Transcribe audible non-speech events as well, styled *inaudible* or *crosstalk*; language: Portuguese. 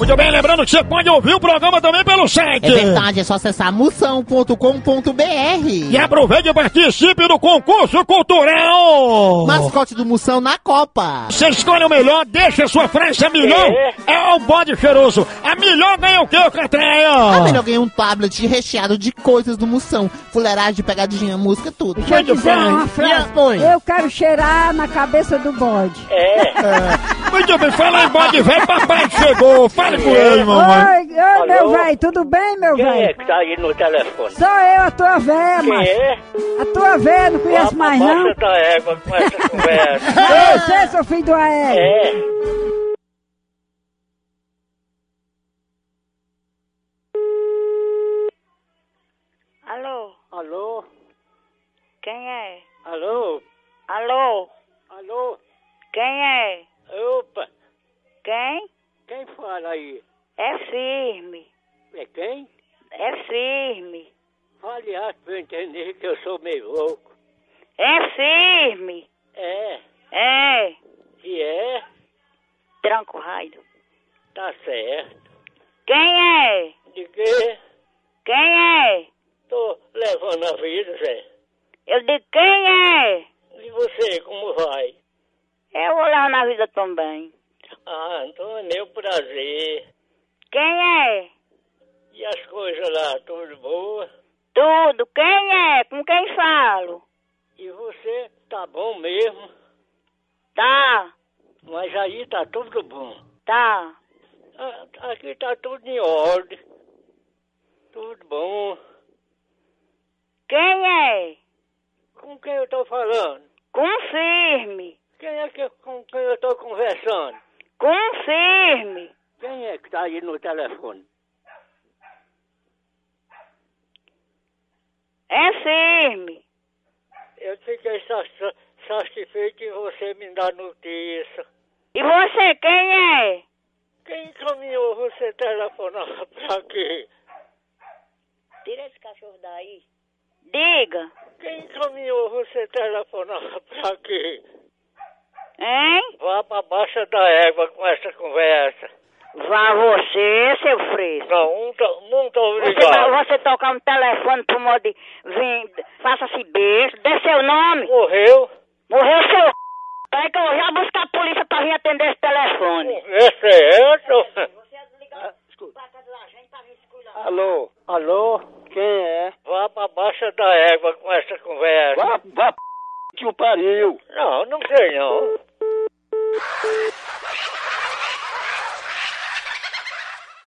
Muito bem, lembrando que você pode ouvir o programa também pelo site. É verdade, é só acessar moção.com.br. E aproveite e participe do concurso cultural. Mascote do Moção na Copa. Você escolhe o melhor, deixa a sua frase, a melhor é o bode cheiroso. A melhor ganha o quê, A Catreia? melhor ganhar um tablet recheado de coisas do Moção. Fuleiragem, pegadinha, música, tudo. Deixa eu dizer uma Minha mãe. frase. Eu quero cheirar na cabeça do bode. É. Muito bem, fala em bode velho, papai chegou. Fale com ele, mamãe. Oi, oi, meu Alô? velho, tudo bem, meu Quem é velho? que tá aí no telefone? Sou eu, a tua véia, Quem macho. é? A tua véia, não conheço mais, não. Abaixa da égua *laughs* com essa conversa. Não, você, seu filho do AE. É. Alô, Alô? quem é? Alô? Alô, Alô? quem é? Opa! Quem? Quem fala aí? É firme, É quem? é firme, Fale alto pra eu entender que eu sou meio louco. é firme, É. é. E é? Tranco raio. Tá certo. Quem é? De quê? Quem é? Tô levando a vida, Zé. Eu digo quem é? E você, como vai? Eu vou lá na vida também. Ah, então é meu prazer. Quem é? E as coisas lá, tudo boa? Tudo, quem é? Com quem falo? E você tá bom mesmo, Tá, mas aí tá tudo bom. tá. A- Aqui tá tudo em ordem. Tudo bom. Quem é? Com quem eu tô falando? Com firme, Quem é que com quem eu tô conversando? com firme. Quem é que tá aí no telefone? É firme. Eu fiquei sa- sa- satisfeito em você me dar notícia. E você, quem é? Quem encaminhou você telefonar *laughs* pra aqui? Tira esse cachorro daí. Diga, Quem encaminhou você telefonar *laughs* pra aqui? hein? Vá pra baixa da égua com essa conversa. Vá você, seu fresco. Não, muito, tá, muito Você, vai- obrigado. você tocar um telefone pro modo de vir, faça-se besta, dê seu nome. Morreu? Morreu seu *laughs* c****. Peraí que eu já busco a polícia pra vir atender esse telefone. Essa é essa? Ah, Alô? Alô? Quem é? Vá pra baixa da égua com